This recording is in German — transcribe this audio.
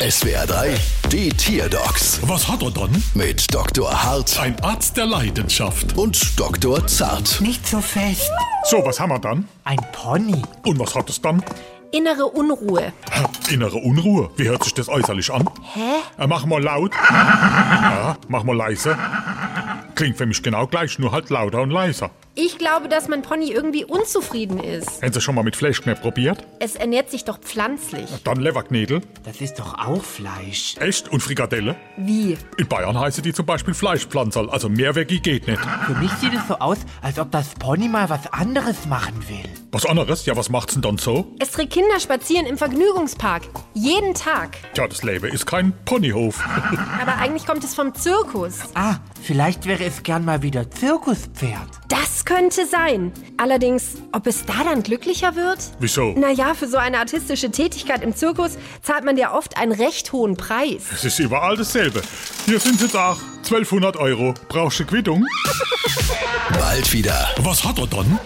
SWR 3, die Tierdocs Was hat er dann? mit Dr. Hart Ein Arzt der Leidenschaft. und Dr. Zart. Nicht so fest. So, was haben wir dann? Ein Pony. Und was hat es dann? Innere Unruhe. Hä, Innere Unruhe. Wie hört sich das äußerlich an? Hä? mach mal laut. Ja, mach mal leise. Klingt für mich genau gleich, nur halt lauter und leiser. Ich glaube, dass mein Pony irgendwie unzufrieden ist. Haben Sie schon mal mit Fleischknepp probiert? Es ernährt sich doch pflanzlich. Dann Leverknädel. Das ist doch auch Fleisch. Echt? Und Frikadelle? Wie? In Bayern heißen die zum Beispiel Fleischpflanzerl, also mehrwertig geht nicht. Für mich sieht es so aus, als ob das Pony mal was anderes machen will. Was anderes? Ja, was macht's denn dann so? Es trägt Kinder spazieren im Vergnügungspark. Jeden Tag. Tja, das Leben ist kein Ponyhof. Aber eigentlich kommt es vom Zirkus. Ah, vielleicht wäre es gern mal wieder Zirkuspferd. Das könnte sein. Allerdings, ob es da dann glücklicher wird? Wieso? Naja, für so eine artistische Tätigkeit im Zirkus zahlt man ja oft einen recht hohen Preis. Es ist überall dasselbe. Hier sind jetzt auch 1200 Euro. Brauchst du Quittung? Bald wieder. Was hat er dann?